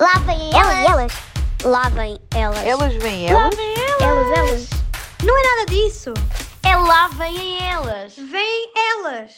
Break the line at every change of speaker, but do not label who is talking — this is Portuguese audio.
Lá vem
Elas,
elas.
elas.
Lá vem elas.
Elas vêm elas.
Elas, elas.
Não é nada disso.
É lá vem elas.
Vêm elas.